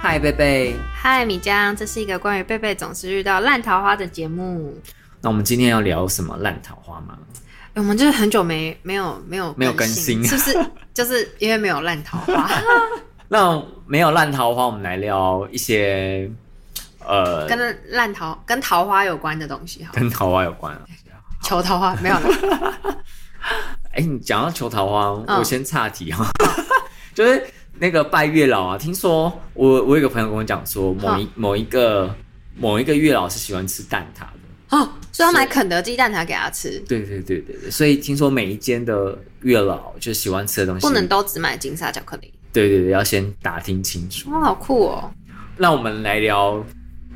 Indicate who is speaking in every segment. Speaker 1: 嗨，贝贝。
Speaker 2: 嗨，米江，这是一个关于贝贝总是遇到烂桃花的节目。
Speaker 1: 那我们今天要聊什么烂桃花吗？
Speaker 2: 哎我们就是很久没没有没有
Speaker 1: 没有更新
Speaker 2: 是不是？就是因为没有烂桃 花，
Speaker 1: 那没有烂桃花，我们来聊一些呃跟
Speaker 2: 跟烂桃跟桃花有关的东西哈。
Speaker 1: 桃花有关、啊。
Speaker 2: 求桃花没 有啦
Speaker 1: 哎、你讲到求桃花，
Speaker 2: 嗯
Speaker 1: 我先岔题哈、 就是那个拜月老啊，听说我我有个朋友跟我讲说，某一某一个某一个月老是喜欢吃蛋挞的。
Speaker 2: 哦，所以要买肯德基蛋挞给他吃，
Speaker 1: 对对对对对，所以听说每一间的月老就喜欢吃的东西
Speaker 2: 不能都只买金沙巧克力。
Speaker 1: 对对对，要先打听清楚。
Speaker 2: 哇、好酷哦！
Speaker 1: 那我们来聊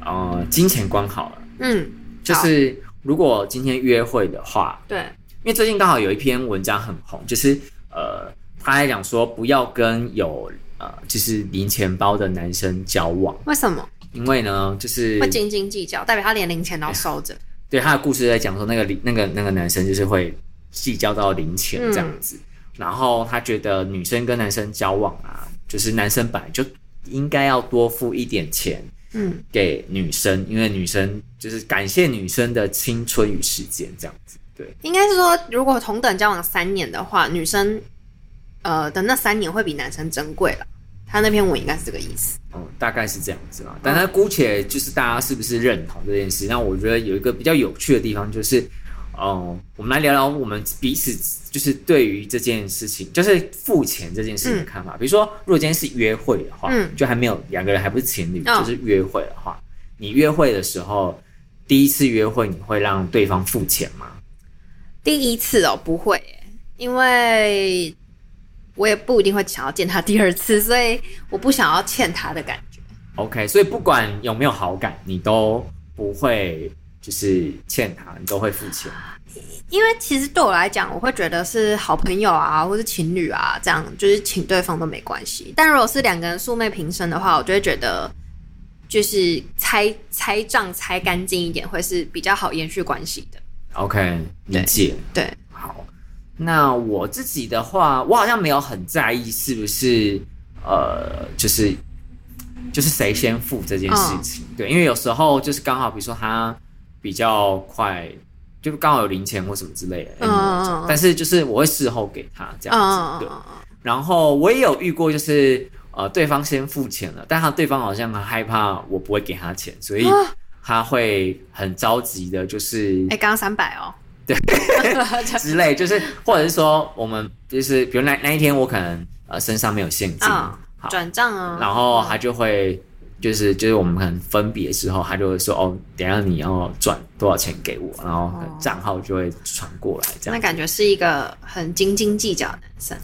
Speaker 1: 呃金钱观好了，
Speaker 2: 嗯，
Speaker 1: 就
Speaker 2: 好
Speaker 1: 是如果今天约会的话，
Speaker 2: 对，
Speaker 1: 因为最近刚好有一篇文章很红，就是呃，他在讲说不要跟有呃就是零钱包的男生交往，
Speaker 2: 为什么
Speaker 1: 因为呢，就是
Speaker 2: 会斤斤计较？代表他连零钱都收着。
Speaker 1: 对他的故事在讲说那个零那个那个男生就是会计较到零钱这样子，然后他觉得女生跟男生交往啊，就是男生本来就应该要多付一点钱
Speaker 2: 嗯，
Speaker 1: 给女生，因为女生就是感谢女生的青春与时间这样子。对，
Speaker 2: 应该是说，如果同等交往三年的话，女生呃的那三年会比男生珍贵了。他那篇文应该是这个意思。
Speaker 1: 嗯，大概是这样子啦。但他姑且就是大家是不是认同这件事？那我觉得有一个比较有趣的地方就是，嗯，我们来聊聊我们彼此就是对于这件事情，就是付钱这件事情的看法。比如说，如果今天是约会的话，
Speaker 2: 嗯
Speaker 1: 就还没有两个人还不是情侣，
Speaker 2: 嗯
Speaker 1: 就是约会的话，你约会的时候，第一次约会你会让对方付钱吗？
Speaker 2: 第一次哦，不会耶，因为我也不一定会想要见他第二次，所以我不想要欠他的感觉。
Speaker 1: OK，所以不管有没有好感，你都不会就是欠他，你都会付钱。
Speaker 2: 因为其实对我来讲，我会觉得是好朋友啊，或是情侣啊，这样就是请对方都没关系。但如果是两个人素昧平生的话，我就会觉得就是拆拆账拆干净一点，会是比较好延续关系的。
Speaker 1: OK，理解。
Speaker 2: 对，
Speaker 1: 好，那我自己的话，我好像没有很在意是不是呃，就是就是谁先付这件事情。
Speaker 2: 嗯
Speaker 1: 对，因为有时候就是刚好，比如说他比较快，就刚好有零钱或什么之类的。
Speaker 2: 嗯嗯嗯
Speaker 1: 但是就是我会事后给他这样
Speaker 2: 嗯嗯
Speaker 1: 子。对
Speaker 2: 嗯，嗯
Speaker 1: 然后我也有遇过，就是呃，对方先付钱了，但他对方好像很害怕我不会给他钱，所以他会很着急的，就是
Speaker 2: 啊哎、刚刚三百哦，
Speaker 1: 之类，就是或者是说我们就是比如那那一天我可能呃身上没有现金，
Speaker 2: 嗯
Speaker 1: 好，
Speaker 2: 转账啊，
Speaker 1: 然后他就会就是就是我们可能分别之后，他就会说哦，等一下你要转多少钱给我，然后
Speaker 2: 哦
Speaker 1: 账号就会传过来这
Speaker 2: 那
Speaker 1: 样，
Speaker 2: 感觉是一个很斤斤计较的男生。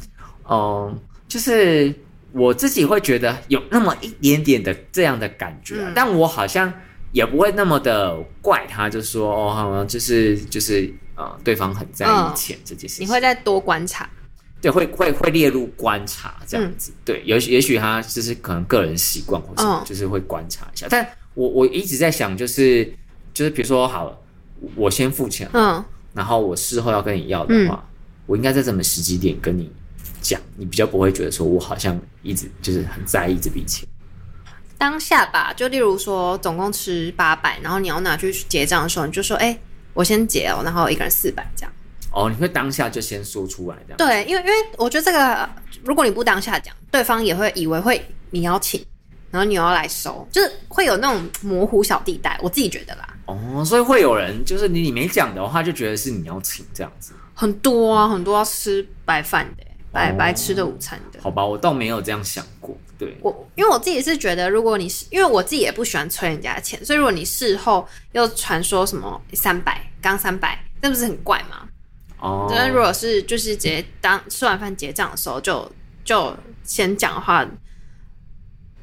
Speaker 1: 嗯，就是我自己会觉得有那么一点点的这样的感觉啊、
Speaker 2: 嗯
Speaker 1: 但我好像也不会那么的怪他，就说哦，好像就是就是呃，对方很在
Speaker 2: 嗯
Speaker 1: 意钱这件事情。
Speaker 2: 你会再多观察，
Speaker 1: 对，会会会列入观察这
Speaker 2: 嗯
Speaker 1: 样子。对，也许也许他就是可能个人习惯或什么，
Speaker 2: 嗯
Speaker 1: 就是会观察一下。但我我一直在想，就是就是比如说好了，我先付钱，
Speaker 2: 嗯，
Speaker 1: 然后我事后要跟你要的话，我应该在什么时机点跟你讲，你比较不会觉得说我好像一直就是很在意这笔钱。
Speaker 2: 当下吧，就例如说总共吃八百，然后你要拿去结账的时候，你就说，哎、我先结哦，然后一个人四百这样。
Speaker 1: 哦，你会当下就先说出来这样。
Speaker 2: 对，因为因为我觉得这个，如果你不当下讲，对方也会以为会你要请，然后你又要来收，就是会有那种模糊小地带，我自己觉得啦，
Speaker 1: 哦，所以会有人就是你你没讲的话，就觉得是你要请这样子。
Speaker 2: 很多啊，很多要吃白饭的、白、
Speaker 1: 哦
Speaker 2: 白吃的午餐的。
Speaker 1: 好吧，我倒没有这样想过。对，
Speaker 2: 我因为我自己是觉得，如果你是因为我自己也不喜欢催人家的钱，所以如果你事后又传说什么三百刚三百，那不是很怪吗？
Speaker 1: 哦，
Speaker 2: 但是如果是就是直接当吃完饭结账的时候就就先讲的话，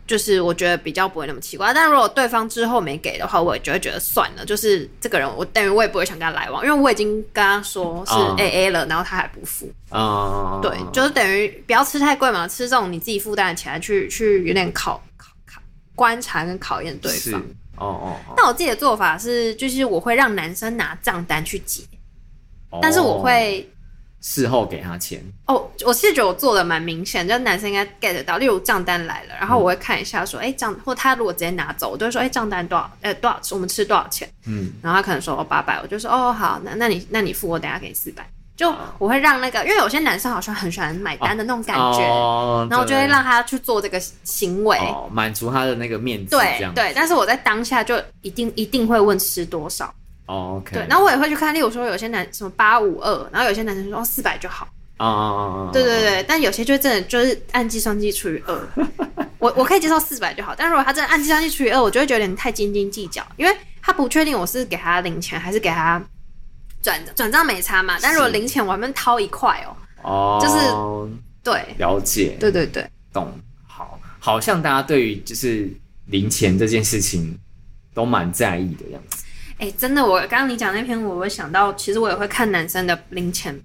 Speaker 2: 就是我觉得比较不会那么奇怪。但如果对方之后没给的话，我也就会觉得算了，就是这个人我等于我也不会想跟他来往，因为我已经跟他说是
Speaker 1: 嗯
Speaker 2: A A 了，然后他还不付，
Speaker 1: 啊，
Speaker 2: 对，就是等于不要吃太贵嘛，吃这种你自己负担的起来，去去有点考考考观察跟考验对
Speaker 1: 是
Speaker 2: 方。
Speaker 1: 哦哦哦，
Speaker 2: 但我自己的做法是，就是我会让男生拿账单去结，但是我
Speaker 1: 哦
Speaker 2: 会
Speaker 1: 事后给他钱。
Speaker 2: 哦，我是觉得我做的蛮明显，就是男生应该 get 得到。例如账单来了，然后
Speaker 1: 嗯
Speaker 2: 我会看一下说，哎、账或他如果直接拿走，我就会说，哎、账单多少？呃，多少？我们吃多少钱？
Speaker 1: 嗯，
Speaker 2: 然后他可能说哦八百，我就说哦好，那那你那你付我，等下给你四百。就
Speaker 1: 哦
Speaker 2: 我会让那个，因为有些男生好像很喜欢买单的那种感觉，
Speaker 1: 哦、
Speaker 2: 然后我就
Speaker 1: 对
Speaker 2: 会让他去做这个行为。
Speaker 1: 哦满足他的那个面子，这
Speaker 2: 对
Speaker 1: 样
Speaker 2: 对，但是我在当下就一定一定会问吃多少，
Speaker 1: 哦，OK，
Speaker 2: 对，然后我也会去看，例如说有些男什么八五二，然后有些男生说哦四百就好，
Speaker 1: 哦哦哦，
Speaker 2: 对对对，但有些就真的就是按计算机除 以二，我我可以接受四百就好，但如果他真的按计算机除以二，我就会觉得有点太斤斤计较，因为他不确定我是给他零钱还是给他转转账没差嘛，但如果
Speaker 1: 是
Speaker 2: 零钱我还能掏一块哦，
Speaker 1: 哦，
Speaker 2: 就是对
Speaker 1: 了解，
Speaker 2: 对对对，
Speaker 1: 懂，好，好像大家对于就是零钱这件事情都蛮在意的样子。
Speaker 2: 哎、真的，我刚刚你讲那篇，我会想到，其实我也会看男生的零钱，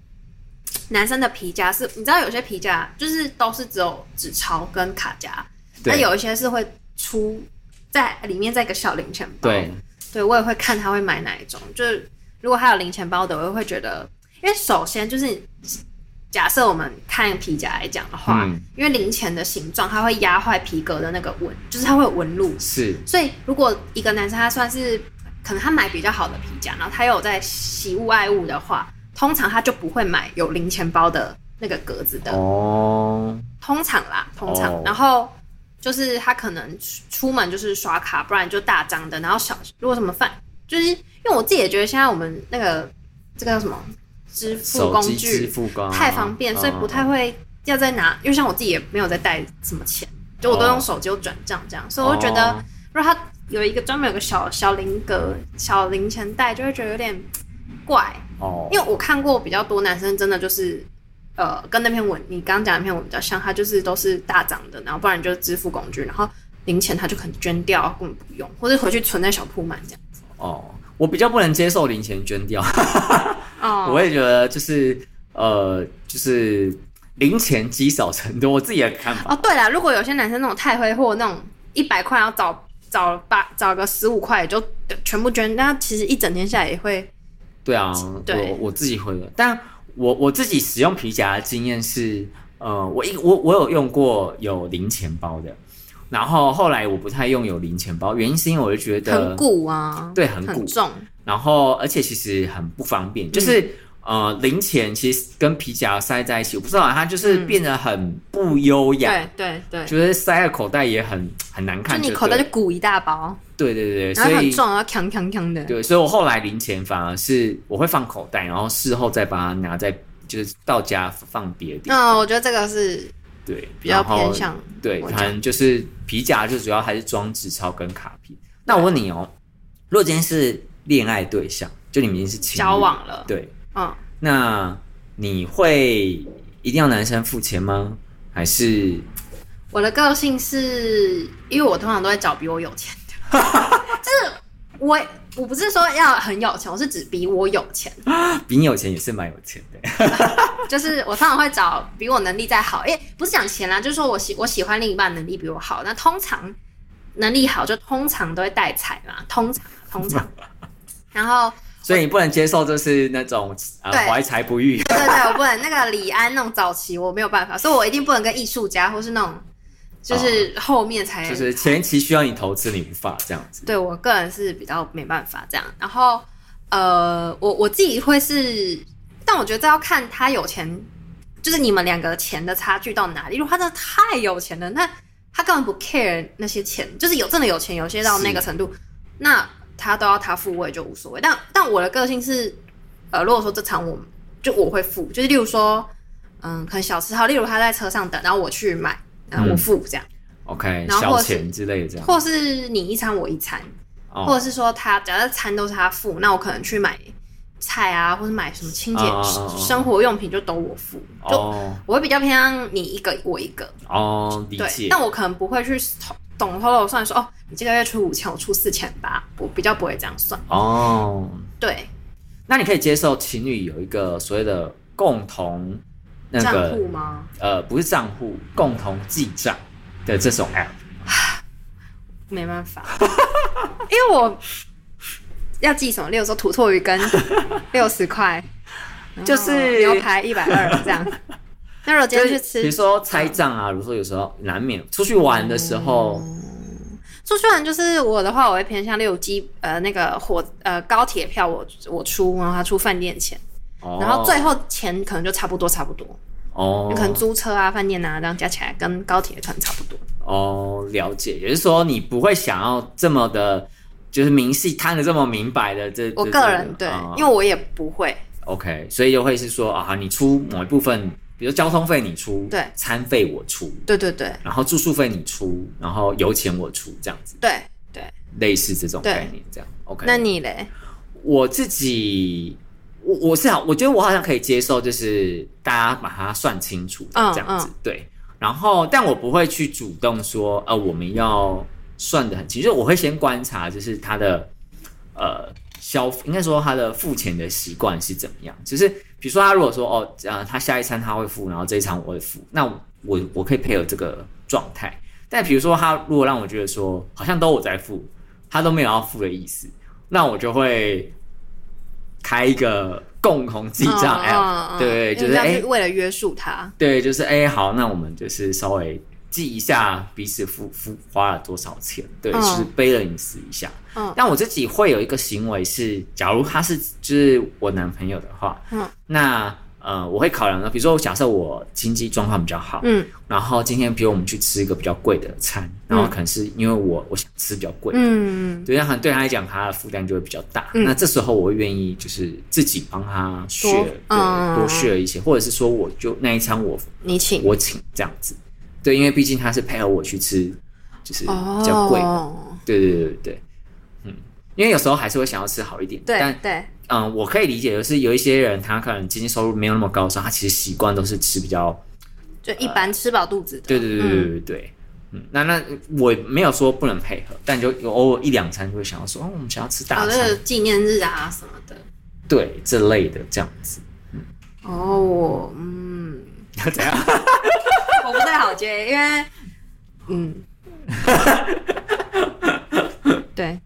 Speaker 2: 男生的皮夹是，你知道有些皮夹就是都是只有纸钞跟卡夹，那
Speaker 1: 对
Speaker 2: 有一些是会出在里面再一个小零钱包。
Speaker 1: 对，
Speaker 2: 对我也会看他会买哪一种，就是如果他有零钱包的，我会觉得，因为首先就是假设我们看皮夹来讲的话，
Speaker 1: 嗯
Speaker 2: 因为零钱的形状它会压坏皮革的那个纹，就是它会有纹路，
Speaker 1: 是
Speaker 2: 所以如果一个男生他算是可能他买比较好的皮夹，然后他又有在喜物爱物的话，通常他就不会买有零钱包的那个格子的，
Speaker 1: 哦，
Speaker 2: 通常啦，通常。
Speaker 1: 哦
Speaker 2: 然后就是他可能出出门就是刷卡，不然就大张的，然后小如果什么饭，就是因为我自己也觉得现在我们那个这个叫什么支付
Speaker 1: 手
Speaker 2: 工
Speaker 1: 机支
Speaker 2: 具
Speaker 1: 付啊嗯工
Speaker 2: 太方便，所以不太
Speaker 1: 会。
Speaker 2: 会要再拿，因为像我自己也没有在带什么钱，就我都
Speaker 1: 哦
Speaker 2: 用手机有转账这样，所以我就觉得。
Speaker 1: 哦
Speaker 2: 如果他有一个专门有个小小零格、小零钱袋，就会觉得有点怪。
Speaker 1: 哦，
Speaker 2: 因为我看过比较多男生，真的就是，呃，跟那篇文你刚刚讲的那篇文比较像，他就是都是大张的，然后不然就是支付工具，然后零钱他就可能捐掉，根本不用，或者回去存在小铺满这样。
Speaker 1: 哦，我比较不能接受零钱捐掉，
Speaker 2: 哦，
Speaker 1: 我也觉得就是呃，就是零钱积少成多，我自己的看法。
Speaker 2: 哦，对了，如果有些男生那种太挥霍，那种一百块要找找八找个十五块就全部捐，那其实一整天下来也会
Speaker 1: 对啊，
Speaker 2: 对
Speaker 1: 我我自己会的，但我我自己使用皮夹的经验是，呃，我一我我有用过有零钱包的，然后后来我不太用有零钱包，原因是因为我就觉
Speaker 2: 很
Speaker 1: 得
Speaker 2: 鼓啊，
Speaker 1: 对很
Speaker 2: 很
Speaker 1: 鼓，
Speaker 2: 重，
Speaker 1: 然后而且其实很不方
Speaker 2: 嗯
Speaker 1: 便，就是、呃零钱其实跟皮夹塞在一起，我不知道啊它就是变得很不优雅，
Speaker 2: 嗯对对对。
Speaker 1: 觉得塞在口袋也很很难
Speaker 2: 就
Speaker 1: 看对
Speaker 2: 你
Speaker 1: 了，
Speaker 2: 口袋就鼓一大包，
Speaker 1: 对对对，
Speaker 2: 然
Speaker 1: 所
Speaker 2: 后很
Speaker 1: 以
Speaker 2: 重，然后锵锵锵的。
Speaker 1: 对，所以我后来零钱反而是我会放口袋，然后事后再把它拿在就是到家放别的地方，
Speaker 2: 那我觉得这个是
Speaker 1: 对，
Speaker 2: 比较
Speaker 1: 然后
Speaker 2: 偏向
Speaker 1: 对，
Speaker 2: 我
Speaker 1: 反正就是皮夹就主要还是装纸钞跟卡片。那我问你哦，如果今天是恋爱对象，就你们已经是情侣
Speaker 2: 交，往了。
Speaker 1: 对，
Speaker 2: 嗯，
Speaker 1: 那你会一定要男生付钱吗？还是
Speaker 2: 我的个性是因为我通常都会找比我有钱的， 就是我我不是说要很有钱，我是指比我有钱，
Speaker 1: 比你有钱也是蛮有钱的？
Speaker 2: 就是我通常会找比我能力再好，诶，不是讲钱啦，就是说我喜我喜欢另一半能力比我好，那通常能力好就通常都会带财嘛，通常通 常，然后
Speaker 1: 所以你不能接受就是那种呃
Speaker 2: 对
Speaker 1: 怀才不遇，
Speaker 2: 对对对，我不能那个李安那种早期我没有办法，所以我一定不能跟艺术家或是那种就是后面才、
Speaker 1: 哦就是前期需要你投资，你无法这样子。
Speaker 2: 对我个人是比较没办法这样。然后呃，我我自己会是，但我觉得这要看他有钱，就是你们两个钱的差距到哪里。如果他真的太有钱了，那他根本不 care 那些钱，就是有真的有钱，有些到那个程度，那他都要他付，我也就无所谓。但但我的个性是，呃，如果说这场我就我会付，就是例如说，嗯，可能小吃好，例如他在车上等，然后我去买，然后我
Speaker 1: 嗯
Speaker 2: 付这样，
Speaker 1: OK，
Speaker 2: 然后或
Speaker 1: 小
Speaker 2: 者是
Speaker 1: 钱之类的这样，
Speaker 2: 或是你一餐我一餐，或者
Speaker 1: 哦，
Speaker 2: 是说他假设餐都是他付，那我可能去买菜啊，或者买什么清洁、
Speaker 1: 哦哦哦
Speaker 2: 生活用品就都我付，就、
Speaker 1: 哦
Speaker 2: 我会比较偏向你一个我一个，
Speaker 1: 哦，理
Speaker 2: 对，
Speaker 1: 解。
Speaker 2: 但我可能不会去懂懂偷偷算说哦，你这个月出五千，我出四千八，我比较不会这样算，
Speaker 1: 哦，
Speaker 2: 对，
Speaker 1: 那你可以接受情侣有一个所谓的共同那
Speaker 2: 账
Speaker 1: 个
Speaker 2: 户吗？
Speaker 1: 呃，不是账户，共同记账的这种 app
Speaker 2: 没办法， 因为我要记什么，例如说土托鱼跟六十块，
Speaker 1: 就是
Speaker 2: 牛排一百二这样。那如果今天去
Speaker 1: 比
Speaker 2: 吃
Speaker 1: 如，说拆账啊，比如说有时候难免出去玩的时候，
Speaker 2: 出去玩就是我的话，我会偏向六机呃那个火呃高铁票我我出，然后他出饭店钱，
Speaker 1: 哦
Speaker 2: 嗯然后最后钱可能就差不多差不多，
Speaker 1: 哦，
Speaker 2: 你可能租车啊、饭店啊这样加起来跟高铁可能差不多。
Speaker 1: 哦，了解，也就是说你不会想要这么的，就是明细摊的这么明白的。这啊
Speaker 2: 我个人对，因为
Speaker 1: 为
Speaker 2: 我也不会
Speaker 1: OK，所以就会是说啊，你出某一部分，比如交通费你出，
Speaker 2: 对
Speaker 1: 餐费我出，
Speaker 2: 对对对
Speaker 1: 然后住宿费你出，然后油钱我出，这样子，
Speaker 2: 对对，
Speaker 1: 类似这种
Speaker 2: 对
Speaker 1: 概念，这样 OK。
Speaker 2: 那你嘞？
Speaker 1: 我自己，我我是好，啊我觉得我好像可以接受，就是大家把它算清楚的
Speaker 2: 嗯
Speaker 1: 这样子，
Speaker 2: 嗯
Speaker 1: 对。然后，但我不会去主动说，呃，我们要算的很清，就是我会先观察，就是他的呃消，应该说他的付钱的习惯是怎么样。就是比如说，他如果说哦，呃，他下一餐他会付，然后这一餐我会付，那我我可以配合这个状态。但比如说，他如果让我觉得说好像都我在付，他都没有要付的意思，那我就会开一个共同记账 app，、
Speaker 2: 嗯嗯嗯
Speaker 1: 对，
Speaker 2: 因为
Speaker 1: 就是
Speaker 2: 这样
Speaker 1: 哎、
Speaker 2: 为了约束他，
Speaker 1: 对，就是哎、好，那我们就是稍微记一下彼此付付花了多少钱，对，就
Speaker 2: 嗯
Speaker 1: 是背了隐私一下。
Speaker 2: 嗯
Speaker 1: 但我自己会有一个行为是，假如他是就是我男朋友的话，
Speaker 2: 嗯
Speaker 1: 那呃，我会考量到，比如说假设我经济状况比较好，
Speaker 2: 嗯
Speaker 1: 然后今天比如我们去吃一个比较贵的餐，然后可能是因为我我想吃比较贵的，
Speaker 2: 嗯，
Speaker 1: 对，那可能对他来讲，他的负担就会比较大。
Speaker 2: 嗯
Speaker 1: 那这时候我会愿意就是自己帮他削，
Speaker 2: 多
Speaker 1: 对，
Speaker 2: 嗯
Speaker 1: 多削一些，或者是说我就那一餐我
Speaker 2: 你请
Speaker 1: 我请这样子，对，因为毕竟他是配合我去吃，就是比较贵的，
Speaker 2: 哦，
Speaker 1: 对对对对对，嗯，因为有时候还是会想要吃好一点，
Speaker 2: 对
Speaker 1: 但
Speaker 2: 对，
Speaker 1: 嗯，我可以理解，就是有一些人他可能经济收入没有那么高的时候，他其实习惯都是吃比较
Speaker 2: 就一般吃饱肚子的，
Speaker 1: 呃对对对对对对对。嗯，那那我没有说不能配合，但就有偶尔一两餐就会想要说，哦，我们想要吃大
Speaker 2: 哦，那
Speaker 1: 餐，
Speaker 2: 个纪念日啊什么的。
Speaker 1: 对这类的这样子，
Speaker 2: 哦，我嗯，
Speaker 1: 怎样？
Speaker 2: 我不太好接，因为嗯， 对，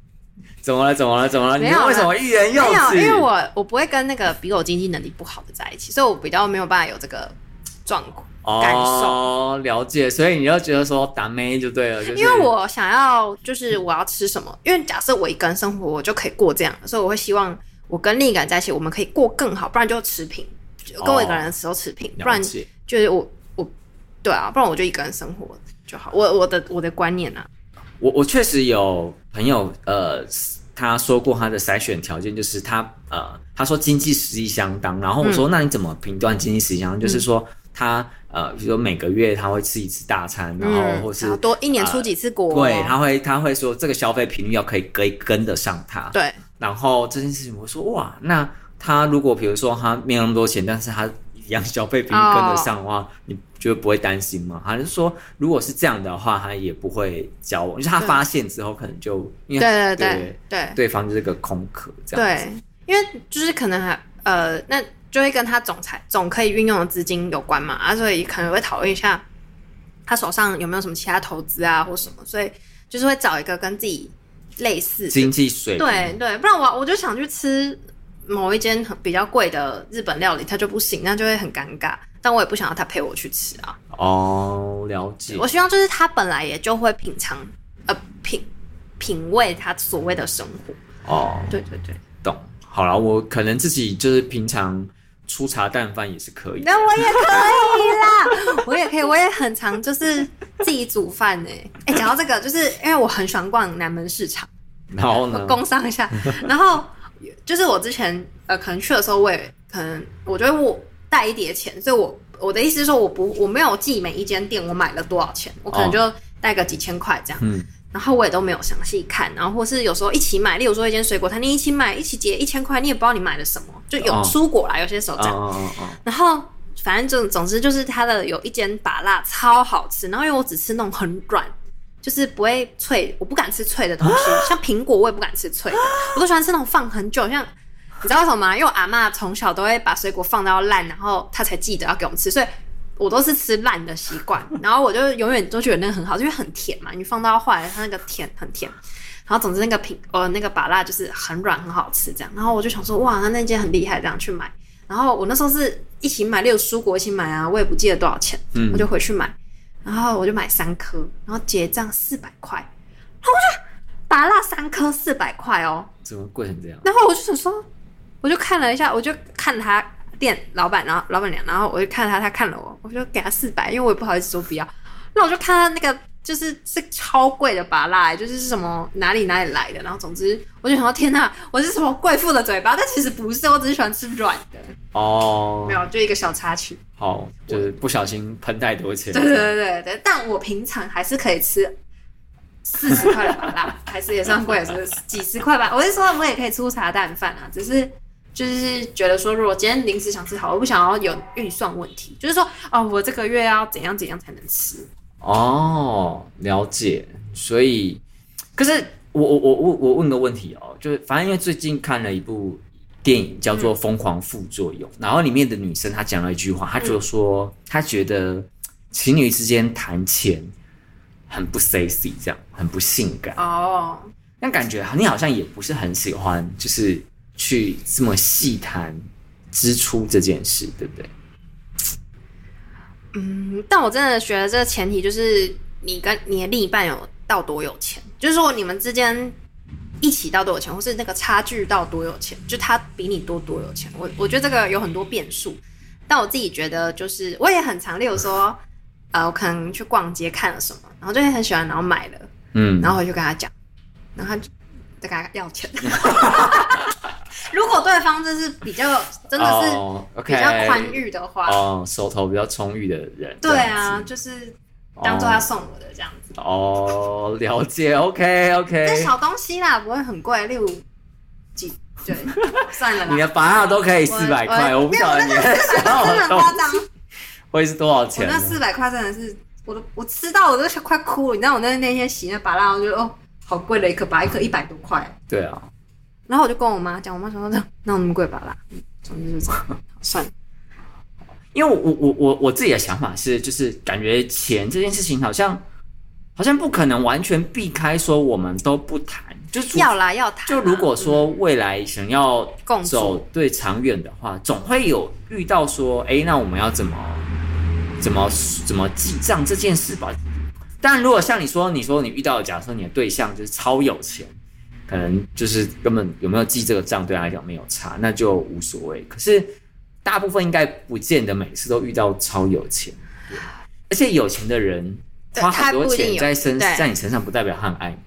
Speaker 1: 怎么了？怎么了？怎么了？你
Speaker 2: 没有啦
Speaker 1: 为什么欲言又
Speaker 2: 没有，
Speaker 1: 止？
Speaker 2: 因为我我不会跟那个比我经济能力不好的在一起，所以我比较没有办法有这个状况感受。
Speaker 1: 哦，了解，所以你就觉得说打妹就对了，就是
Speaker 2: 因为我想要，就是我要吃什么。因为假设我一个人生活，我就可以过这样，所以我会希望我跟另一个人在一起，我们可以过更好，不然就持平。就跟我一个人的时候持平，不
Speaker 1: 了
Speaker 2: 然
Speaker 1: 解
Speaker 2: 就是我我对啊，不然我就一个人生活就好。我我的我的观念啊，
Speaker 1: 我我确实有朋友呃，他说过他的筛选条件就是他呃，他说经济实力相当，然后我说、
Speaker 2: 嗯
Speaker 1: 那你怎么评断经济实力相当？就是说他呃，比如说每个月他会吃一次大餐，然后
Speaker 2: 嗯，
Speaker 1: 或是、呃
Speaker 2: 然后多一年出几次国，哦
Speaker 1: 对，他会他会说这个消费频率要可以可以跟得上他，
Speaker 2: 对
Speaker 1: 然后这件事情我说哇，那他如果比如说他没有那么多钱，但是他一样消费频率跟得上的话，你觉得不会担心吗？他就说如果是这样的话，他也不会交往，就是他发现之后可能就因为
Speaker 2: 对对
Speaker 1: 对
Speaker 2: 对对
Speaker 1: 对方就是个空壳这样子。
Speaker 2: 对，因为就是可能还呃，那就会跟他总裁总可以运用的资金有关嘛，啊，所以可能会讨论一下他手上有没有什么其他投资啊或什么，所以就是会找一个跟自己类似的
Speaker 1: 经济水平
Speaker 2: 对对，不然我我就想去吃某一间很比较贵的日本料理，它就不行，那就会很尴尬。但我也不想要他陪我去吃啊，
Speaker 1: 哦，了解
Speaker 2: 我希望就是他本来也就会品尝呃品品味他所谓的生活。
Speaker 1: 哦，
Speaker 2: 对对对，
Speaker 1: 懂。好了，我可能自己就是平常粗茶淡饭也是可以的。
Speaker 2: 那我也可以啦，我也可以，我也很常就是自己煮饭呢、欸。哎、讲到这个，就是因为我很喜欢逛南门市场。
Speaker 1: 然后
Speaker 2: 我
Speaker 1: 呢？
Speaker 2: 工商 一下。然后就是我之前呃，可能去的时候，我也可能我觉得我带一叠钱，所以我我的意思是说，我不我没有记每一间店我买了多少钱，我可能就带个几千块这样。
Speaker 1: 哦嗯
Speaker 2: 然后我也都没有详细看，然后或是有时候一起买，例如说一间水果摊，你一起买，一起结一千块，你也不知道你买了什么，就有
Speaker 1: 哦
Speaker 2: 蔬果啦，有些时候
Speaker 1: 哦
Speaker 2: 这样。
Speaker 1: 哦哦
Speaker 2: 然后反正总总之就是它的有一间把辣超好吃，然后因为我只吃那种很软，就是不会脆，我不敢吃脆的东西，啊像苹果我也不敢吃脆的，我都喜欢吃那种放很久，像。 你知道为什么吗？因为我阿嬷从小都会把水果放到烂，然后她才记得要给我们吃，所以我都是吃烂的习惯。然后我就永远都觉得那个很好，因为很甜嘛，你放到坏它那个甜很甜。然后总之那个品呃那个把辣就是很软很好吃这样。然后我就想说哇，那那间很厉害，这样去买。然后我那时候是一起买，例如蔬果一起买啊，我也不记得多少钱，
Speaker 1: 嗯
Speaker 2: 我就回去买，然后我就买三颗，然后结账四百块，然后我就 拔蜡三颗四百块哦，
Speaker 1: 怎么贵成这样？
Speaker 2: 然后我就想说，我就看了一下，我就看他店老板，然后老板娘，然后我就看他，他看了我，我就给他四百，因为我也不好意思说不要。那我就看他那个就是是超贵的拔蜡，就是是什么哪里哪里来的，然后总之我就想说，天哪，我是什么贵妇的嘴巴？但其实不是，我只是喜欢吃软的。
Speaker 1: 哦
Speaker 2: 没，有，就一个小插曲。
Speaker 1: 好，就是不小心喷太多钱。
Speaker 2: 嗯对对对对对，但我平常还是可以吃。四十块的麻辣，还是也算贵，就是几十块吧。我是说，我也可以粗茶淡饭啊，只是就是觉得说，如果今天临时想吃好，我不想要有预算问题，就是说，哦，我这个月要怎样怎样才能吃。
Speaker 1: 哦，了解。所以，可是我我我我我问个问题哦，就是反正因为最近看了一部电影叫
Speaker 2: 嗯
Speaker 1: 做《疯狂副作用》，然后里面的女生她讲了一句话，她
Speaker 2: 嗯
Speaker 1: 就说、她觉得情侣之间谈钱很不 sexy，这样很不性感。
Speaker 2: 哦，
Speaker 1: 但感觉你好像也不是很喜欢，就是去这么细谈支出这件事，对不对？
Speaker 2: 嗯，但我真的觉得这个前提就是你跟你的另一半有到多有钱，就是说你们之间一起到多有钱，或是那个差距到多有钱，就他比你多多有钱。我我觉得这个有很多变数，但我自己觉得就是我也很常，例如说，呃，我可能去逛街看了什么，然后就会很喜欢，然后买了，
Speaker 1: 嗯，
Speaker 2: 然后回去跟他讲，然后他就再跟他要钱。 如果对方就是比较真的是
Speaker 1: 哦
Speaker 2: 比较宽裕的话，
Speaker 1: 哦，手头比较充裕的人，
Speaker 2: 对
Speaker 1: 这
Speaker 2: 啊，
Speaker 1: 样子，
Speaker 2: 就是当做他送我的这样子。
Speaker 1: 哦，了解，OK
Speaker 2: 这
Speaker 1: OK，
Speaker 2: 小东西啦，不会很贵，例如几 对，算了
Speaker 1: 你的
Speaker 2: 啦。
Speaker 1: 拔蜡都可以四百块，
Speaker 2: 我
Speaker 1: 我不晓得你 的
Speaker 2: 真的
Speaker 1: 小
Speaker 2: 很
Speaker 1: 动
Speaker 2: 夸张，我
Speaker 1: 会是多少哦钱啊呢
Speaker 2: 那？四百块真的是，我都我吃到我都快哭了。你知道我那那天洗那把蜡，我觉得哦，好贵的一颗拔，一颗一百多块。
Speaker 1: 对啊，
Speaker 2: 然后我就跟我妈讲，我妈说那那我那么贵拔蜡，嗯总之就是这样， 好算了。
Speaker 1: 因为我我我我自己的想法是，就是感觉钱这件事情好像好像不可能完全避开，说我们都不谈，就是除
Speaker 2: 要啦要谈啊。
Speaker 1: 就如果说未来想要
Speaker 2: 共存
Speaker 1: 走对长远的话，总会有遇到说，哎，那我们要怎么怎么怎么记账这件事吧。但如果像你说，你说你遇到的，假设你的对象就是超有钱，可能就是根本有没有记这个账对他来讲没有差，那就无所谓。可是大部分应该不见得每次都遇到超有钱，对而且有钱的人
Speaker 2: 对
Speaker 1: 花很
Speaker 2: 他
Speaker 1: 多
Speaker 2: 不一定
Speaker 1: 钱
Speaker 2: 有
Speaker 1: 在身
Speaker 2: 对
Speaker 1: 在你身上，不代表他很爱你。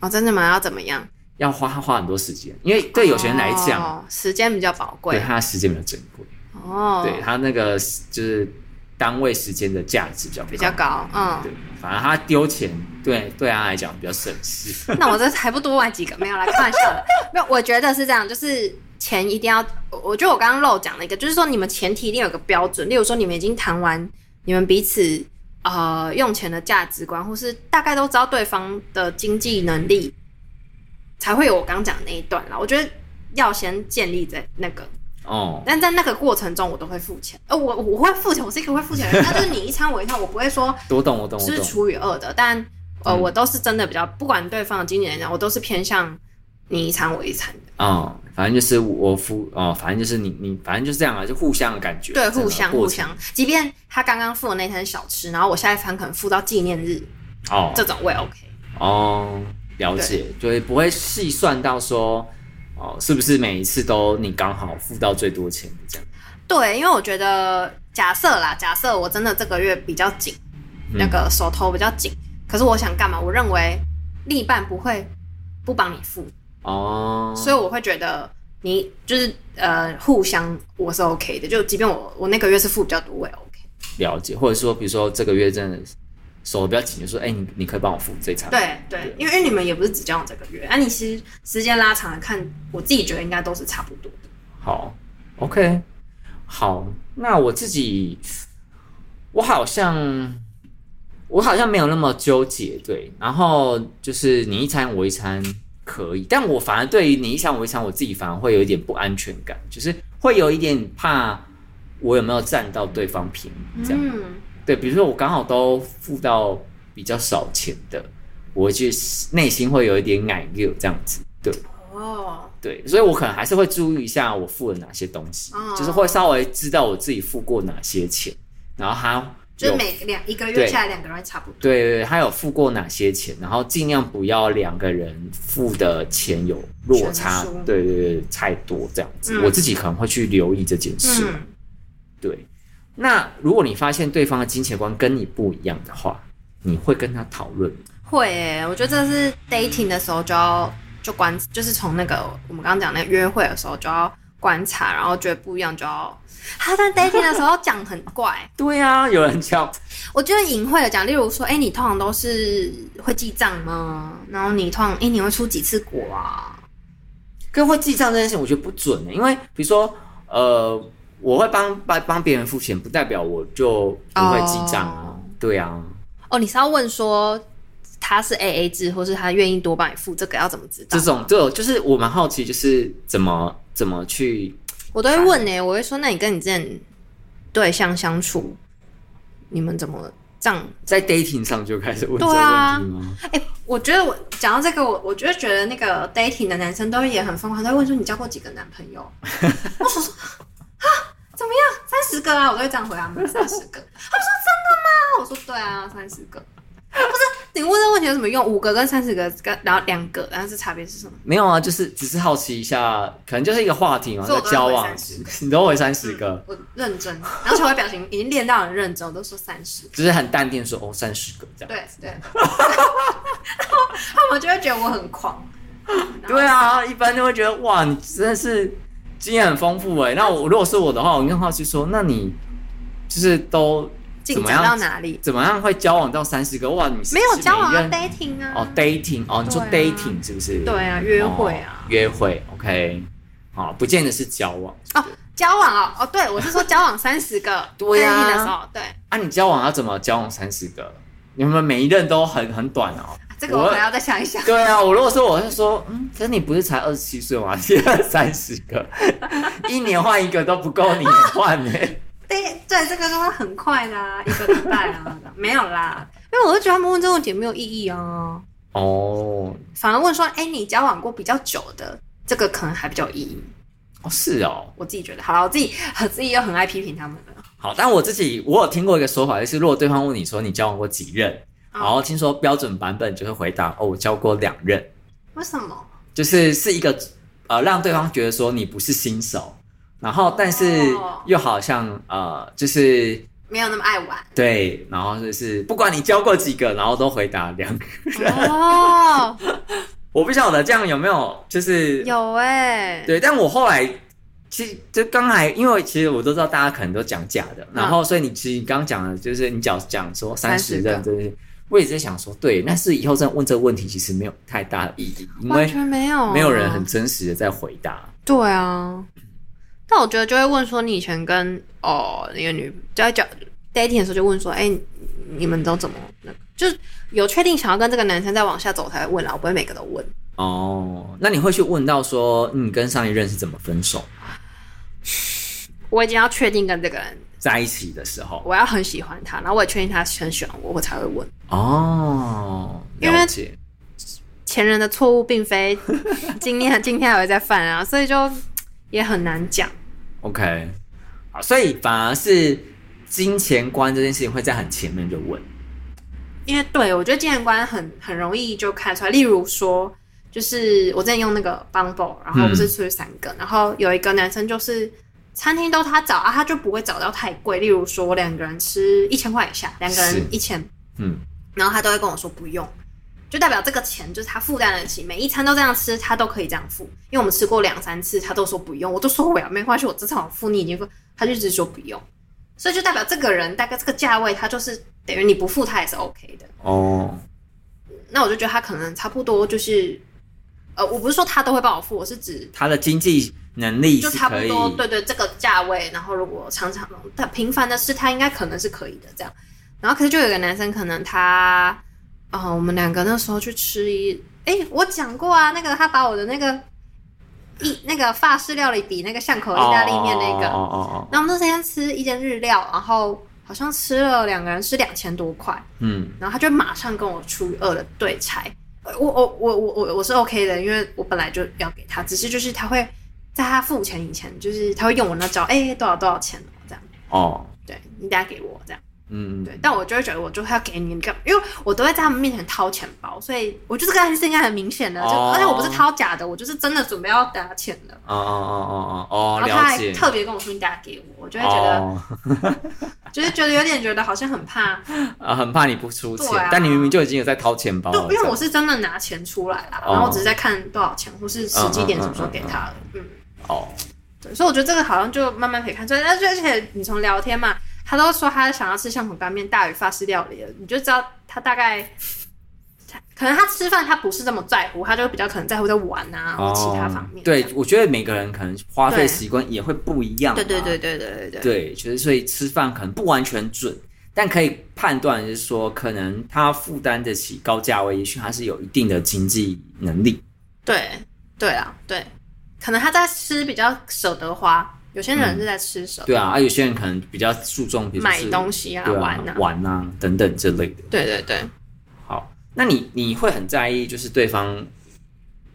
Speaker 2: 哦，真的吗？要怎么样？
Speaker 1: 要花花很多时间，因为对有些人来讲，
Speaker 2: 哦，时间比较宝
Speaker 1: 对
Speaker 2: 贵。
Speaker 1: 他的时间比较珍贵，
Speaker 2: 哦，
Speaker 1: 对他那个就是单位时间的价值比较
Speaker 2: 比较高。嗯，
Speaker 1: 对，反而他丢钱，对对他来讲比较省 事。
Speaker 2: 那我这还不多玩几个？没有啦，开玩笑的。没有，我觉得是这样，就是钱一定要，我我觉得我刚刚漏讲了一个，就是说你们前提一定有个标准，例如说你们已经谈完，你们彼此呃用钱的价值观，或是大概都知道对方的经济能力，才会有我刚讲的那一段啦。我觉得要先建立在那个，
Speaker 1: 哦，
Speaker 2: 但在那个过程中，我都会付钱，呃，我我会付钱，我是一个会付钱的人，但就是你一餐我一餐，我不会说
Speaker 1: 我懂，我懂，我
Speaker 2: 是
Speaker 1: 懂。
Speaker 2: 除以二的，但呃，
Speaker 1: 嗯
Speaker 2: 我都是真的比较，不管对方的经纪人讲，我都是偏向你一餐我一餐的，
Speaker 1: 哦，反正就是我付哦，反正就是你你，反正就是这样啊，就互相的感觉，
Speaker 2: 对，
Speaker 1: 整个
Speaker 2: 互相
Speaker 1: 过
Speaker 2: 互
Speaker 1: 程
Speaker 2: 相。即便他刚刚付的那餐小吃，然后我下一餐可能付到纪念日，
Speaker 1: 哦
Speaker 2: 这种我也 OK。
Speaker 1: 哦，了解，就是不会细算到说哦，是不是每一次都你刚好付到最多钱的这样？
Speaker 2: 对，因为我觉得假设啦，假设我真的这个月比较紧，
Speaker 1: 嗯
Speaker 2: 那个手头比较紧，可是我想干嘛？我认为另一半不会不帮你付，
Speaker 1: 哦，
Speaker 2: 所以我会觉得你就是呃互相我是 OK 的，就即便我我那个月是付比较多，我也 OK。
Speaker 1: 了解，或者说，比如说这个月真的手比较紧，就说，哎、你你可以帮我付这一餐。，
Speaker 2: 对对，因为因为你们也不是只交往这个月，啊，你其实时间拉长了看，我自己觉得应该都是差不多的。
Speaker 1: 好，OK，好，那我自己，我好像，我好像没有那么纠结，对。然后就是你一餐我一餐可以，但我反而对于你一餐我一餐，我自己反而会有一点不安全感，就是会有一点怕我有没有占到对方便宜这样。
Speaker 2: 嗯，
Speaker 1: 对，比如说我刚好都付到比较少钱的，我就内心会有一点矮六这样子。对，
Speaker 2: 哦，
Speaker 1: 对，所以我可能还是会注意一下我付了哪些东西，
Speaker 2: 哦
Speaker 1: 就是会稍微知道我自己付过哪些钱，然后他
Speaker 2: 就是
Speaker 1: 有
Speaker 2: 每两一个月
Speaker 1: 对
Speaker 2: 下来两个人会差不多。
Speaker 1: 对对对，他有付过哪些钱，然后尽量不要两个人付的钱有落差
Speaker 2: 悬殊，
Speaker 1: 对对对，太多这样子，
Speaker 2: 嗯
Speaker 1: 我自己可能会去留意这件事。
Speaker 2: 嗯，
Speaker 1: 对，那如果你发现对方的金钱观跟你不一样的话，你会跟他讨论吗
Speaker 2: 会诶、我觉得这是 dating 的时候就要就观，就是从那个我们刚刚讲那个约会的时候就要观察，然后觉得不一样就要。他在 dating 的时候讲很怪，
Speaker 1: 对啊，有人叫
Speaker 2: 我觉得隐晦的讲，例如说，哎、你通常都是会记账吗？然后你通常，哎、你会出几次国啊？
Speaker 1: 跟会记账这件事情，我觉得不准欸的、因为比如说，呃，我会帮帮帮别人付钱，不代表我就不会记账啊。
Speaker 2: 哦
Speaker 1: 对啊，
Speaker 2: 哦，你是要问说他是 A A 制，或是他愿意多帮你付，这个要怎么知道？
Speaker 1: 这种这种就是我蛮好奇，就是怎么怎么去
Speaker 2: 我都会问呢、我会说，那你跟你之前对象相处，你们怎么账
Speaker 1: 在 dating 上就开始问这个
Speaker 2: 对啊
Speaker 1: 问题吗？
Speaker 2: 哎、我觉得我讲到这个，我我就觉得那个 dating 的男生都也很疯狂，他会问说你交过几个男朋 友？我想说啊，怎么样，三十个啊，我都会这样回他们，三十个。他们说真的吗？我说对啊，三十个。 不是你问这问题有什么用？五个跟三十个跟然后两个，然后这差别是什么？
Speaker 1: 没有啊，就是只是好奇一下，可能就是一个话题嘛，
Speaker 2: 所以
Speaker 1: 在
Speaker 2: 我都
Speaker 1: 交
Speaker 2: 会
Speaker 1: 往
Speaker 2: 回30，
Speaker 1: 你都回三十个，
Speaker 2: 我认真， 然后小伟表情已经练到很认真，我都说三十。
Speaker 1: 就是很淡定地说哦三十个这样。
Speaker 2: 对 对，然后他们就会觉得我很狂。
Speaker 1: 对啊，一般就会觉得哇，你真的是经验很丰富哎。那我如果是我的话，我更好奇说，那你就是都
Speaker 2: 进
Speaker 1: 怎么
Speaker 2: 展到
Speaker 1: 样？
Speaker 2: 哪里？
Speaker 1: 怎么样会交往到三十个？哇，你是
Speaker 2: 没有交往
Speaker 1: 每
Speaker 2: 啊
Speaker 1: 一任
Speaker 2: ，dating 啊。
Speaker 1: 哦，dating 哦，你说
Speaker 2: 对啊
Speaker 1: dating 是不是？
Speaker 2: 对啊，约会啊
Speaker 1: 哦，约会 OK，好，不见得是交往
Speaker 2: 哦，交往啊、哦，对我是说交往三十个
Speaker 1: 对啊
Speaker 2: dating 的时 候，对，啊
Speaker 1: 啊。你交往要怎么交往三十个？你们每一任都很很短 哦。
Speaker 2: 这个我
Speaker 1: 我
Speaker 2: 可能要再想一 想。
Speaker 1: 对啊，我如果说我就说，嗯，可是你不是才二十七岁吗？现在三十个， 一年换一个都不够你换欸呢、
Speaker 2: 对对，这个就是很快啦，一个礼拜啊， 没有啦，因为我就觉得他们问这个问题没有意义啊，
Speaker 1: 哦，
Speaker 2: 反而问说，哎，你交往过比较久的，这个可能还比较有意义。
Speaker 1: 哦是哦，
Speaker 2: 我自己觉得，好了，我自己 我自己又很爱批评他们了。
Speaker 1: 好，但我自己我有听过一个说法，就是如果对方问你说你交往过几任，
Speaker 2: 哦
Speaker 1: 然后听说标准版本就会回答哦我交过两任，
Speaker 2: 为什么？
Speaker 1: 就是是一个呃让对方觉得说你不是新手，然后但是
Speaker 2: 哦
Speaker 1: 又好像呃就是
Speaker 2: 没有那么爱玩
Speaker 1: 对，然后就是不管你交过几个，然后都回答两个，
Speaker 2: 哦，
Speaker 1: 我不晓得这样有没有就是
Speaker 2: 有哎、
Speaker 1: 对，但我后来其实就刚才，因为其实我都知道大家可能都讲假的，然
Speaker 2: 嗯
Speaker 1: 后所以你其实你刚刚讲的就是你讲讲说三十
Speaker 2: 30
Speaker 1: 任这些，我也在想说，对，但是以后真的问这个问题其实没有太大的意义，因
Speaker 2: 完
Speaker 1: 为
Speaker 2: 全没有啊，
Speaker 1: 没有人很真实的在回答。
Speaker 2: 对啊，但我觉得就会问说，你以前跟哦那个女在讲 dating 的时候就问说，哎、你你们都怎么那个？就是有确定想要跟这个男生再往下走才会问啦，我不会每个都问。
Speaker 1: 哦，那你会去问到说，嗯，跟上一任是怎么分手
Speaker 2: 我已经要确定跟这个人，
Speaker 1: 在一起的时候？
Speaker 2: 我要很喜欢他，然后我也确定他很喜欢我，我才会问。
Speaker 1: 哦，了解。
Speaker 2: 前人的错误并非今天今天还会再犯啊，所以就也很难讲。
Speaker 1: OK，好，所以反而是金钱观这件事情会在很前面就问。
Speaker 2: 因为对我觉得金钱观很很容易就看出来，例如说，就是我之前用那个 Bumble，然后
Speaker 1: 嗯
Speaker 2: 不是出去三个，然后有一个男生就是餐厅都他找啊，他就不会找到太贵，例如说我两个人吃一千块以下，两个
Speaker 1: 是
Speaker 2: 人一千，
Speaker 1: 嗯，
Speaker 2: 然后他都会跟我说不用，就代表这个钱就是他负担得起，每一餐都这样吃，他都可以这样付。因为我们吃过两三次，他都说不用，我都说我要没关系，我这场我付你已经付，他就一直说不用，所以就代表这个人大概这个价位，他就是等于你不付他也是 OK 的。
Speaker 1: 哦，
Speaker 2: 那我就觉得他可能差不多就是，呃，我不是说他都会帮我付，我是指呃
Speaker 1: 他的经济能力
Speaker 2: 就是差不
Speaker 1: 可以
Speaker 2: 多，对对，这个价位，然后如果常常他频繁的试，他应该可能是可以的这样。然后可是就有一个男生，可能他，呃，我们两个那时候去吃一，哎，我讲过啊，那个他把我的那个意那个法式料理比那个巷口意大利面那个，
Speaker 1: 哦哦哦哦哦，
Speaker 2: 然后我们那天吃一间日料，然后好像吃了两个人吃两千多块，
Speaker 1: 嗯，
Speaker 2: 然后他就马上跟我出二了对拆。我我我我我我是 OK 的，因为我本来就要给他，只是就是他会在他付钱以前，就是他会用我那招，哎、多少多少钱哦，这样，
Speaker 1: 哦，
Speaker 2: 对你等下给我这样，
Speaker 1: 嗯，
Speaker 2: 对，但我就会觉得我就要给你，你干嘛？因为我都会在他们面前掏钱包，所以我就是跟他是应该很明显的，就、
Speaker 1: 哦
Speaker 2: 而且我不是掏假的，我就是真的准备要给他钱了，
Speaker 1: 哦哦哦哦哦，
Speaker 2: 然后他
Speaker 1: 了
Speaker 2: 还
Speaker 1: 解，
Speaker 2: 特别跟我说你等下给我，我就会觉得、
Speaker 1: 哦，
Speaker 2: 就是觉得有点觉得好像很怕，
Speaker 1: 啊，很怕你不出钱
Speaker 2: 对啊，
Speaker 1: 但你明明就已经有在掏钱包
Speaker 2: 就
Speaker 1: 了，
Speaker 2: 因为我是真的拿钱出来啦，
Speaker 1: 哦
Speaker 2: 然后我只是在看多少钱或是时机点什么时候给他了，嗯。
Speaker 1: 哦，
Speaker 2: 对，所以我觉得这个好像就慢慢可以看出来。但是而且你从聊天嘛，他都说他想要吃香口干面大于法式料理了，你就知道他大概， 他可能他吃饭他不是这么在乎，他就比较可能在乎在玩啊或其他方面
Speaker 1: 哦
Speaker 2: 这样。
Speaker 1: 对，我觉得每个人可能花费
Speaker 2: 对
Speaker 1: 习惯也会不一样嘛，啊
Speaker 2: 对对对对对对对，
Speaker 1: 对，就是所以吃饭可能不完全准，但可以判断就是说，可能他负担得起高价位，也许他是有一定的经济能力。
Speaker 2: 对对啊，对，可能他在吃比较舍得花，有些人是在吃舍得、
Speaker 1: 对啊，啊，有些人可能比较注重，比如说
Speaker 2: 买
Speaker 1: 是
Speaker 2: 东西啊、
Speaker 1: 对啊、
Speaker 2: 玩啊，
Speaker 1: 玩啊等等这类的。
Speaker 2: 对对对。
Speaker 1: 好，那你你会很在意就是对方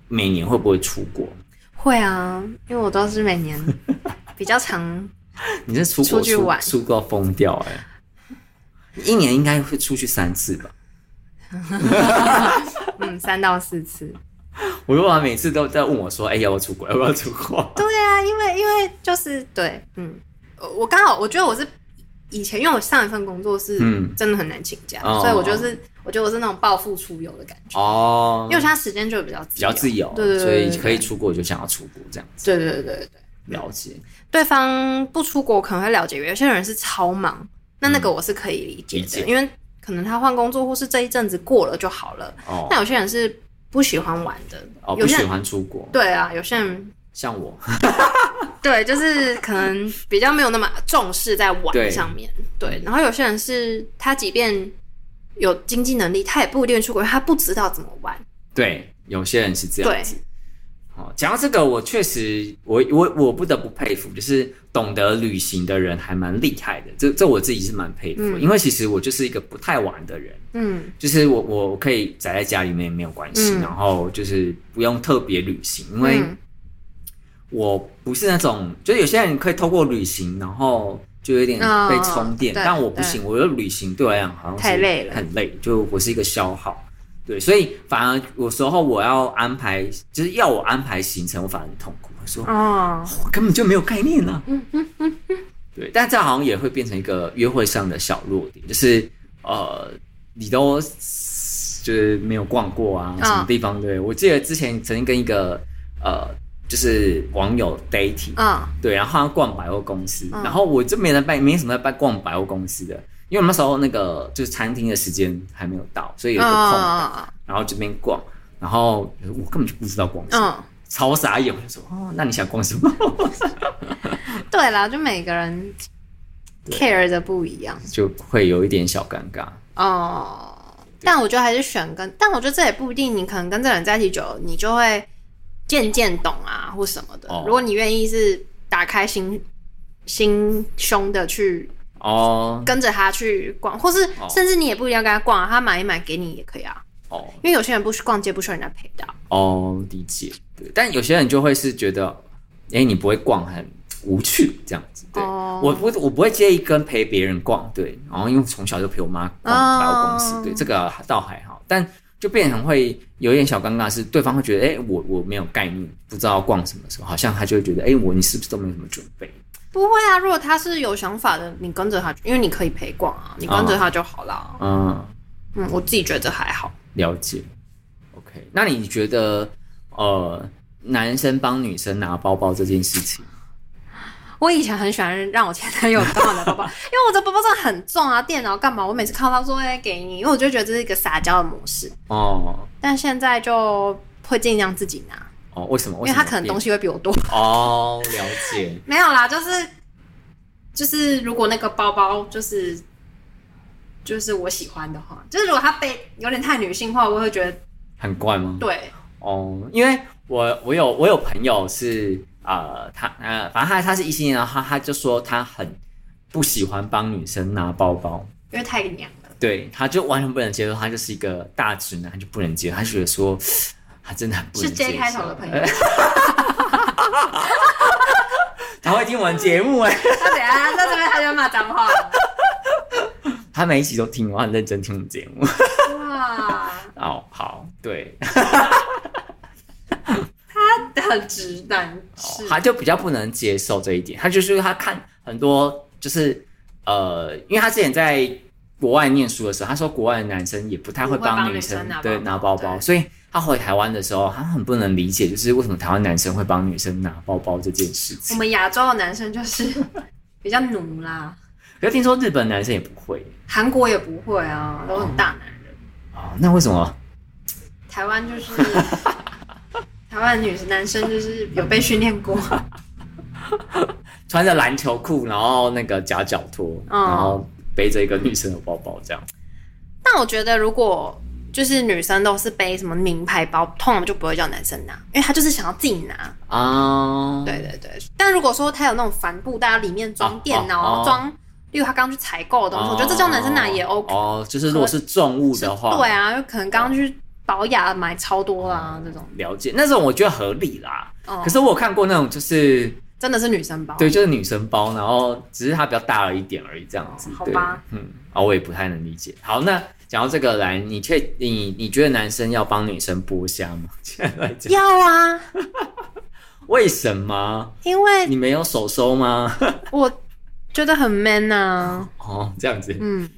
Speaker 1: 每年会不会出国？
Speaker 2: 会啊，因为我都是 每年比较常
Speaker 1: 你这出国
Speaker 2: 出去玩
Speaker 1: 出到疯掉哎、你一年应该会出去三次吧？
Speaker 2: 嗯三到四次。
Speaker 1: 我爸爸每次都在问我说：“哎、要不要出国？要不要出国
Speaker 2: 对啊，因为因为就是对，嗯，我我刚好我觉得我是以前，因为我上一份工作是
Speaker 1: 嗯
Speaker 2: 真的很难请假，
Speaker 1: 哦
Speaker 2: 所以我就是我觉得我是那种暴富出游的感？” 觉，
Speaker 1: 哦，
Speaker 2: 因为我现在时间就比较
Speaker 1: 比较自由，
Speaker 2: 对对对对
Speaker 1: 所以可以出国就想要出国这样子。
Speaker 2: 对对对对对，
Speaker 1: 了解，
Speaker 2: 对方不出国可能会了解，有些人是超忙，那那个我是可以理解
Speaker 1: 嗯理
Speaker 2: 的，
Speaker 1: 解
Speaker 2: 因为可能他换工作或是这一阵子过了就好了。
Speaker 1: 哦
Speaker 2: 但有些人是不喜欢玩的，
Speaker 1: 哦，
Speaker 2: 有
Speaker 1: 不
Speaker 2: 些
Speaker 1: 喜
Speaker 2: 人
Speaker 1: 欢出国，
Speaker 2: 对啊，有些人
Speaker 1: 像我，
Speaker 2: 对，就是可能比较没有那么重视在
Speaker 1: 对
Speaker 2: 玩上面。对，然后有些人是他即便有经济能力，他也不一定出国，因为他不知道怎么玩。
Speaker 1: 对，有些人是这
Speaker 2: 对
Speaker 1: 样子。哦，讲到这个，我确实，我我我不得不佩服，就是懂得旅行的人还蛮厉害的，这这我自己是蛮佩服的，
Speaker 2: 嗯
Speaker 1: 因为其实我就是一个不太玩的人，
Speaker 2: 嗯
Speaker 1: 就是我我可以宅在家里面没有关系，
Speaker 2: 嗯
Speaker 1: 然后就是不用特别旅行，因为
Speaker 2: 嗯
Speaker 1: 我不是那种，就是有些人可以透过旅行，然后就有点
Speaker 2: 哦
Speaker 1: 被充电，
Speaker 2: 对
Speaker 1: 但我不行，我觉得旅行对我来讲好像是
Speaker 2: 太累了
Speaker 1: 很累，就我是一个消耗。对，所以反而有时候我要安排，就是要我安排行程，我反而很痛苦。我说、
Speaker 2: 哦，
Speaker 1: 我根本就没有概念啊。对，但这样好像也会变成一个约会上的小弱点，就是呃，你都就是没有逛过啊，
Speaker 2: 嗯
Speaker 1: 什么地方？对我记得之前曾经跟一个呃，就是网友 dating，、
Speaker 2: 嗯
Speaker 1: 对，然后他逛百货公司，
Speaker 2: 嗯
Speaker 1: 然后我这没人办，没什么在办逛百货公司的，因为我们那时候那个就是餐厅的时间还没有到，所以有一个空，
Speaker 2: 嗯
Speaker 1: 然后这边逛，然后我根本就不知道逛什么，
Speaker 2: 嗯，
Speaker 1: 超傻眼，我就说哦，那你想逛什么？
Speaker 2: 嗯对啦，就每个人 care 的不一样
Speaker 1: 就会有一点小尴尬。
Speaker 2: 哦。但我觉得还是选跟，但我觉得这也不一定，你可能跟这个人在一起久了，你就会渐渐懂啊，或什么的。
Speaker 1: 哦
Speaker 2: 如果你愿意是打开心心胸的去
Speaker 1: 哦
Speaker 2: 跟着他去逛，或是
Speaker 1: 哦
Speaker 2: 甚至你也不一定要跟他逛啊、他买一买给你也可以啊。
Speaker 1: 哦
Speaker 2: 因为有些人不去逛街，不需要人家陪的啊。
Speaker 1: 哦，理解。对，但有些人就会是觉得，哎、你不会逛很无趣这样子。对，
Speaker 2: 哦
Speaker 1: 我不我不会介意跟陪别人逛，对，然后因为从小就陪我妈逛百货公司，
Speaker 2: 哦
Speaker 1: 对，这个倒还好，但。就变成会有一点小尴尬，是对方会觉得，哎、我我没有概念，不知道逛什么时候，好像他就会觉得，哎、我你是不是都没有什么准备？
Speaker 2: 不会啊，如果他是有想法的，你跟着他，因为你可以陪逛啊，你跟着他就好啦。
Speaker 1: 嗯，
Speaker 2: 嗯，我自己觉得还好。
Speaker 1: 了解。OK，那你觉得，呃，男生帮女生拿包包这件事情，
Speaker 2: 我以前很喜欢让我前男友帮我的 包包，因为我的包包真的很重啊，电脑干嘛？我每次看到他说哎给你，因为我就觉得这是一个撒娇的模式。
Speaker 1: 哦，
Speaker 2: 但现在就会尽量自己拿，
Speaker 1: 哦，为什么？
Speaker 2: 因为他可能
Speaker 1: 变
Speaker 2: 东西会比我多。
Speaker 1: 哦，了解。
Speaker 2: 没有啦，就是就是，如果那个包包就是就是我喜欢的话，就是如果它被有点太女性化，我会觉得
Speaker 1: 很怪吗？
Speaker 2: 对，
Speaker 1: 哦，因为我我有我有朋友是呃，他呃，反正他他是异性恋，然后他他就说他很不喜欢帮女生拿包包，
Speaker 2: 因为太娘了。
Speaker 1: 对，他就完全不能接受，他就是一个大直男，他就不能接受，他觉得说 他真的很不能
Speaker 3: 是
Speaker 1: 接受。
Speaker 3: J 开头的朋友，
Speaker 1: 他会听我们节目哎、
Speaker 3: 他等一下在这边他就骂脏话了，
Speaker 1: 他每一集都听我，他很认真听我们节目。
Speaker 3: 哇，
Speaker 1: 哦，好，对，
Speaker 3: 很直男
Speaker 1: 哦
Speaker 3: 是，
Speaker 1: 他就比较不能接受这一点。他就是他看很多，就是呃，因为他之前在国外念书的时候，他说国外的男生也不太会
Speaker 3: 不会
Speaker 1: 帮
Speaker 3: 帮女
Speaker 1: 生
Speaker 3: 生拿包包
Speaker 1: 对拿包包，
Speaker 3: 对
Speaker 1: 所以他回台湾的时候，他很不能理解，就是为什么台湾男生会帮女生拿包包这件事
Speaker 3: 我
Speaker 1: 情。嗯
Speaker 3: 们亚洲的男生就是 比较奴啦，
Speaker 1: 可是听说日本男生也不会
Speaker 3: 韩国也不会啊，都很大男人，
Speaker 1: 哦，那为什么？
Speaker 3: 台湾 就是台湾女生男生就是有被训练过，
Speaker 1: 穿着篮球裤，然后那个夹脚拖，
Speaker 3: 嗯
Speaker 1: 然后背着一个女生的包包，这样
Speaker 2: 但我觉得如果就是女生都是背什么名牌包，通常就不会叫男生拿，因为他就是想要自己拿。
Speaker 1: 啊？
Speaker 2: 对对对。但如果说他有那种帆布袋，里面装电
Speaker 1: 哦哦
Speaker 2: 脑、
Speaker 1: 哦
Speaker 2: 装，例如他刚去采购的东西，我觉得这叫男生拿也 OK。
Speaker 1: 哦，就是如果是重物的话，
Speaker 2: 对，啊，就可能刚刚去保养买超多啊，这种
Speaker 1: 了解那种我觉得合理啦。
Speaker 2: 哦
Speaker 1: 可是我有看过那种就是
Speaker 2: 真的是女生包。
Speaker 1: 对，就是女生包，然后只是它比较大了一点而已，这样子。
Speaker 3: 好
Speaker 1: 对
Speaker 3: 吧，
Speaker 1: 嗯，啊，我也不太能理解。好，那讲到这个来，你确你你觉得男生要帮女生剥虾吗？ 现在来讲，
Speaker 2: 要啊，
Speaker 1: 为什么？
Speaker 2: 因为
Speaker 1: 你没有手收吗？
Speaker 2: 我觉得很 man 啊。
Speaker 1: 哦，这样子，
Speaker 2: 嗯，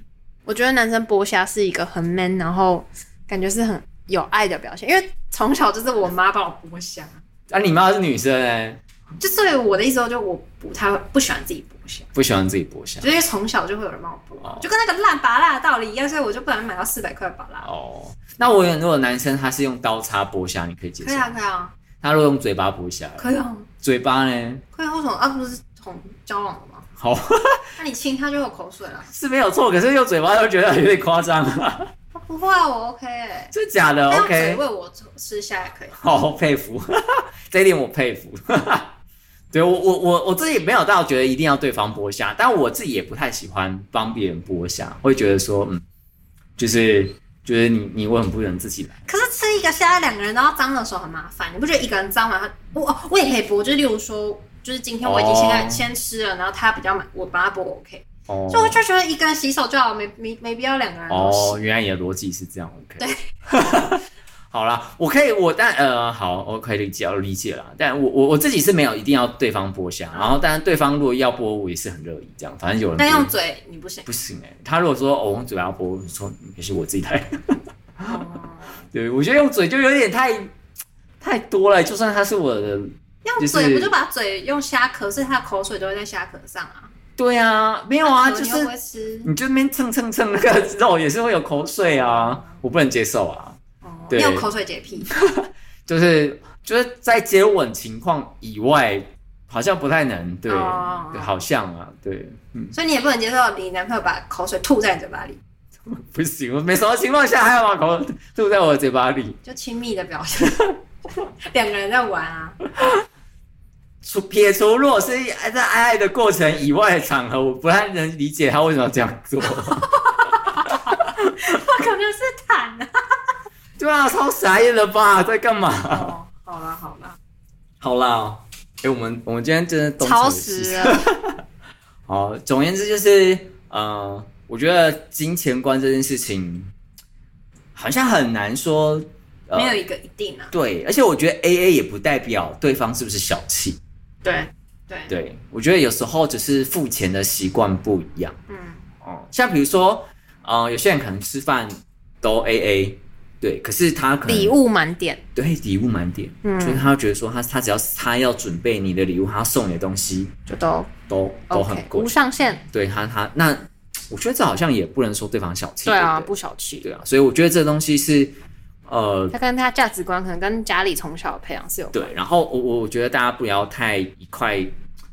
Speaker 2: 我觉得男生剥虾是一个很 man，然后感觉是很有爱的表现，因为从小就是我
Speaker 3: 我妈帮我剥虾，
Speaker 1: 啊，你妈是女生哎、
Speaker 3: 就所以我的意思说，就我不太会不喜欢自己剥虾。
Speaker 1: 不喜欢自己剥虾
Speaker 3: 就是因为从小就会有人帮我剥，
Speaker 1: 哦
Speaker 3: 就跟那个烂拔蜡的道理一样，所以我就不能买到四百块拔蜡。
Speaker 1: 哦。那我有很多男生他是用刀叉剥虾，你可以接
Speaker 3: 可
Speaker 1: 受
Speaker 3: 以
Speaker 1: 吗？
Speaker 3: 啊，可以啊，
Speaker 1: 他如果用嘴巴剥虾，
Speaker 3: 可以啊，
Speaker 1: 嘴巴呢？
Speaker 3: 可以啊。为什么啊？不是同交往的吗？
Speaker 1: 好
Speaker 3: 那你亲他就有口水了？
Speaker 1: 是没有错，可是用嘴巴都觉得有点夸张 啊，
Speaker 3: 啊不会啊，我 OK 哎、
Speaker 1: 真假的
Speaker 3: 他用嘴
Speaker 1: ？OK，
Speaker 3: 喂我吃虾也可以。
Speaker 1: 好佩服， 这一点我佩服。 对我我我我自己没有到觉得一定要对方剥虾，但我自己也不太喜欢帮别人剥虾，会觉得说嗯，就是就是你你为什么不能自己来？
Speaker 3: 可是吃一个虾，两个人都要脏的时候很麻烦，你不觉得一个人脏完，他我哦我也可以剥，就是例如说，就是今天我已经现在、
Speaker 1: 哦
Speaker 3: 先吃了，然后他比较满，我帮他剥 OK，
Speaker 1: 哦
Speaker 3: 就我就觉得一个人洗手就好，没没没必要两个人都洗。
Speaker 1: 哦，原来你的逻辑是这样，OK。对， 好啦，我可以，我但呃，好，我可以理解，我理解啦。但我我我自己是没有一定要对方剥虾，然后但是对方如果要剥，我也是很乐意这样。反正有人
Speaker 3: 但
Speaker 1: 剥
Speaker 3: 用嘴你不行。
Speaker 1: 不行哎、他如果说哦，我用嘴巴要剥，我就说也是我自己来。
Speaker 3: 哦
Speaker 1: 对，我觉得用嘴就有点太太多了，就算他是我的。
Speaker 3: 用
Speaker 1: 就是
Speaker 3: 嘴不就把嘴用虾壳，所以它的口水都会在虾壳上啊。哦
Speaker 1: 对啊，没有啊，就
Speaker 3: 你
Speaker 1: 是
Speaker 3: 又不会吃。
Speaker 1: 你就那边蹭蹭蹭那个肉也是会有口水啊，我不能接受啊。
Speaker 3: 哦
Speaker 1: 对
Speaker 3: 你有口水洁癖，
Speaker 1: 就是就是在接吻情况以外，好像不太能对
Speaker 3: 哦
Speaker 1: 对好像啊，对，嗯，
Speaker 3: 所以你也不能接受你男朋友把口水吐在你嘴巴里，
Speaker 1: 不行，我没什么情况下还要把口吐在我的嘴巴里，
Speaker 3: 就亲密的表 现。两个人在玩啊，
Speaker 1: 除撇除如果是在爱爱的过程以外的场合，我不太能理解他为什么要这样做。
Speaker 3: 我可能是坦啊。
Speaker 1: 对啊，超傻眼了吧，在干嘛？
Speaker 3: 哦，好啦好啦，
Speaker 1: 好啦，哎、我们我们今天真的东扯
Speaker 2: 超
Speaker 1: 西扯
Speaker 2: 时 了，
Speaker 1: 好，总而言之就是，呃，我觉得金钱观这件事情好像很难说，呃、
Speaker 3: 没有一个一定啊。
Speaker 1: 对，而且我觉得 A A 也不代表对方是不是小气，
Speaker 3: 对对，
Speaker 1: 对我觉得有时候只是付钱的习惯不一样。
Speaker 3: 嗯，
Speaker 1: 哦、像比如说，呃，有些人可能吃饭都 A A，对，可是他可能
Speaker 2: 礼物满点。
Speaker 1: 对礼物满点，
Speaker 2: 嗯
Speaker 1: 就是他觉得说他他只要他要准备你的礼物，他要送你的东西
Speaker 2: 就都
Speaker 1: 都都很
Speaker 2: OK，
Speaker 1: 贵
Speaker 2: 无上限。
Speaker 1: 对他他那我觉得这好像也不能说对方小气，
Speaker 2: 对啊，
Speaker 1: 不
Speaker 2: 不小气。
Speaker 1: 对对啊，所以我觉得这东西是呃
Speaker 2: 他跟他价值观可能跟家里从小培养是有关。
Speaker 1: 对，然后我我我觉得大家不要太一块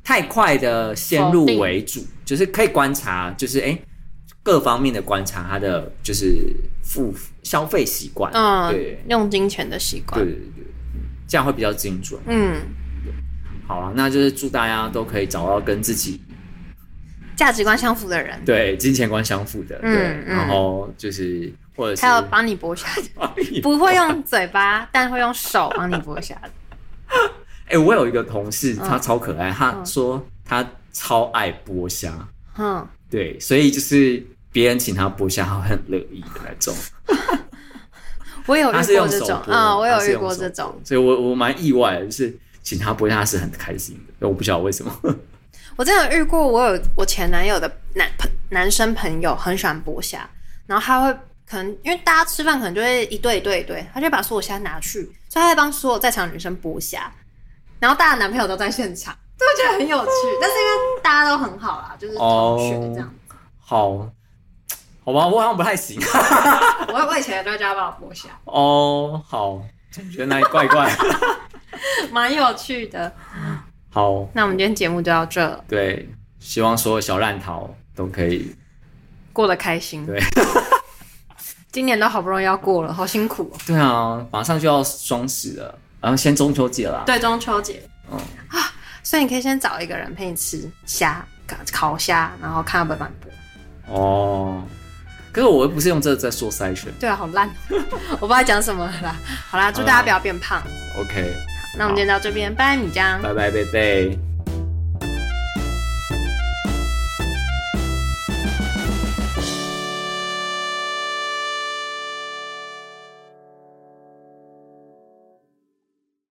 Speaker 1: 太快的先入为主，就是可以观察，就是哎、各方面的观察他的就是付消费习惯，
Speaker 2: 嗯
Speaker 1: 对，
Speaker 2: 用金钱的习
Speaker 1: 对对
Speaker 2: 惯。
Speaker 1: 对对，这样会比较精准。
Speaker 2: 嗯，
Speaker 1: 好了，那就是祝大家都可以找到跟自己
Speaker 2: 价值观相符的人，
Speaker 1: 对金钱观相符的，对，
Speaker 2: 嗯嗯
Speaker 1: 然后就是或者是
Speaker 2: 他要帮你剥虾，不会用嘴巴，但会用手帮你 剥虾。
Speaker 1: 哎、我有一个同事，他
Speaker 2: 嗯
Speaker 1: 超可爱，他
Speaker 2: 嗯
Speaker 1: 说他超爱剥虾，
Speaker 2: 嗯，
Speaker 1: 对，所以就是别人请他剥虾，他会很乐意的那种。
Speaker 2: 我有遇
Speaker 1: 他是
Speaker 2: 过
Speaker 1: 用
Speaker 2: 这
Speaker 1: 手
Speaker 2: 种
Speaker 1: 剥，，
Speaker 2: 嗯，我
Speaker 1: 他
Speaker 2: 有
Speaker 1: 是
Speaker 2: 遇
Speaker 1: 用
Speaker 2: 过
Speaker 1: 手
Speaker 2: 这
Speaker 1: 剥
Speaker 2: 种，，
Speaker 1: 所以我我蛮意外的，就是请他剥虾他是很开心的，我不晓得为什么。
Speaker 2: 我真的有遇过，我有我前男友的男朋男生朋友很喜欢剥虾，然后他会可能因为大家吃饭可能就会一对一对一对，他就把所有虾拿去，所以他会帮所有在场女生剥虾，然后大家男朋友都在现场，
Speaker 3: 对，我觉得很有趣。但是因为大家都很好
Speaker 2: 啊
Speaker 3: 啦，就是同学这样。
Speaker 1: 好，好吧，我好像不太行。
Speaker 3: 我我以前都叫他帮我剥虾，
Speaker 1: 哦，好，总觉得哪里怪怪。
Speaker 2: 蛮有趣的。
Speaker 1: 好，
Speaker 2: 那我们今天节目就到这了，
Speaker 1: 对，希望所有小烂桃都可以。
Speaker 2: 过得开心。
Speaker 1: 对，
Speaker 2: 今年都好不容易要过了，好辛苦哦。
Speaker 1: 对啊，马上就要双十了，然后先中秋节啦。
Speaker 3: 对，中秋节
Speaker 2: 嗯啊所以你可以先找一个人陪你吃虾，烤烤虾，然后看要不要帮你剥。
Speaker 1: 哦，可是我又不是用这个在做筛选。
Speaker 2: 对啊，好烂， 我不知道讲什么了啦。好啦，祝大家不要变胖。
Speaker 1: OK，
Speaker 2: 那我们今天到这边，拜拜，米江。
Speaker 1: 拜拜，贝贝。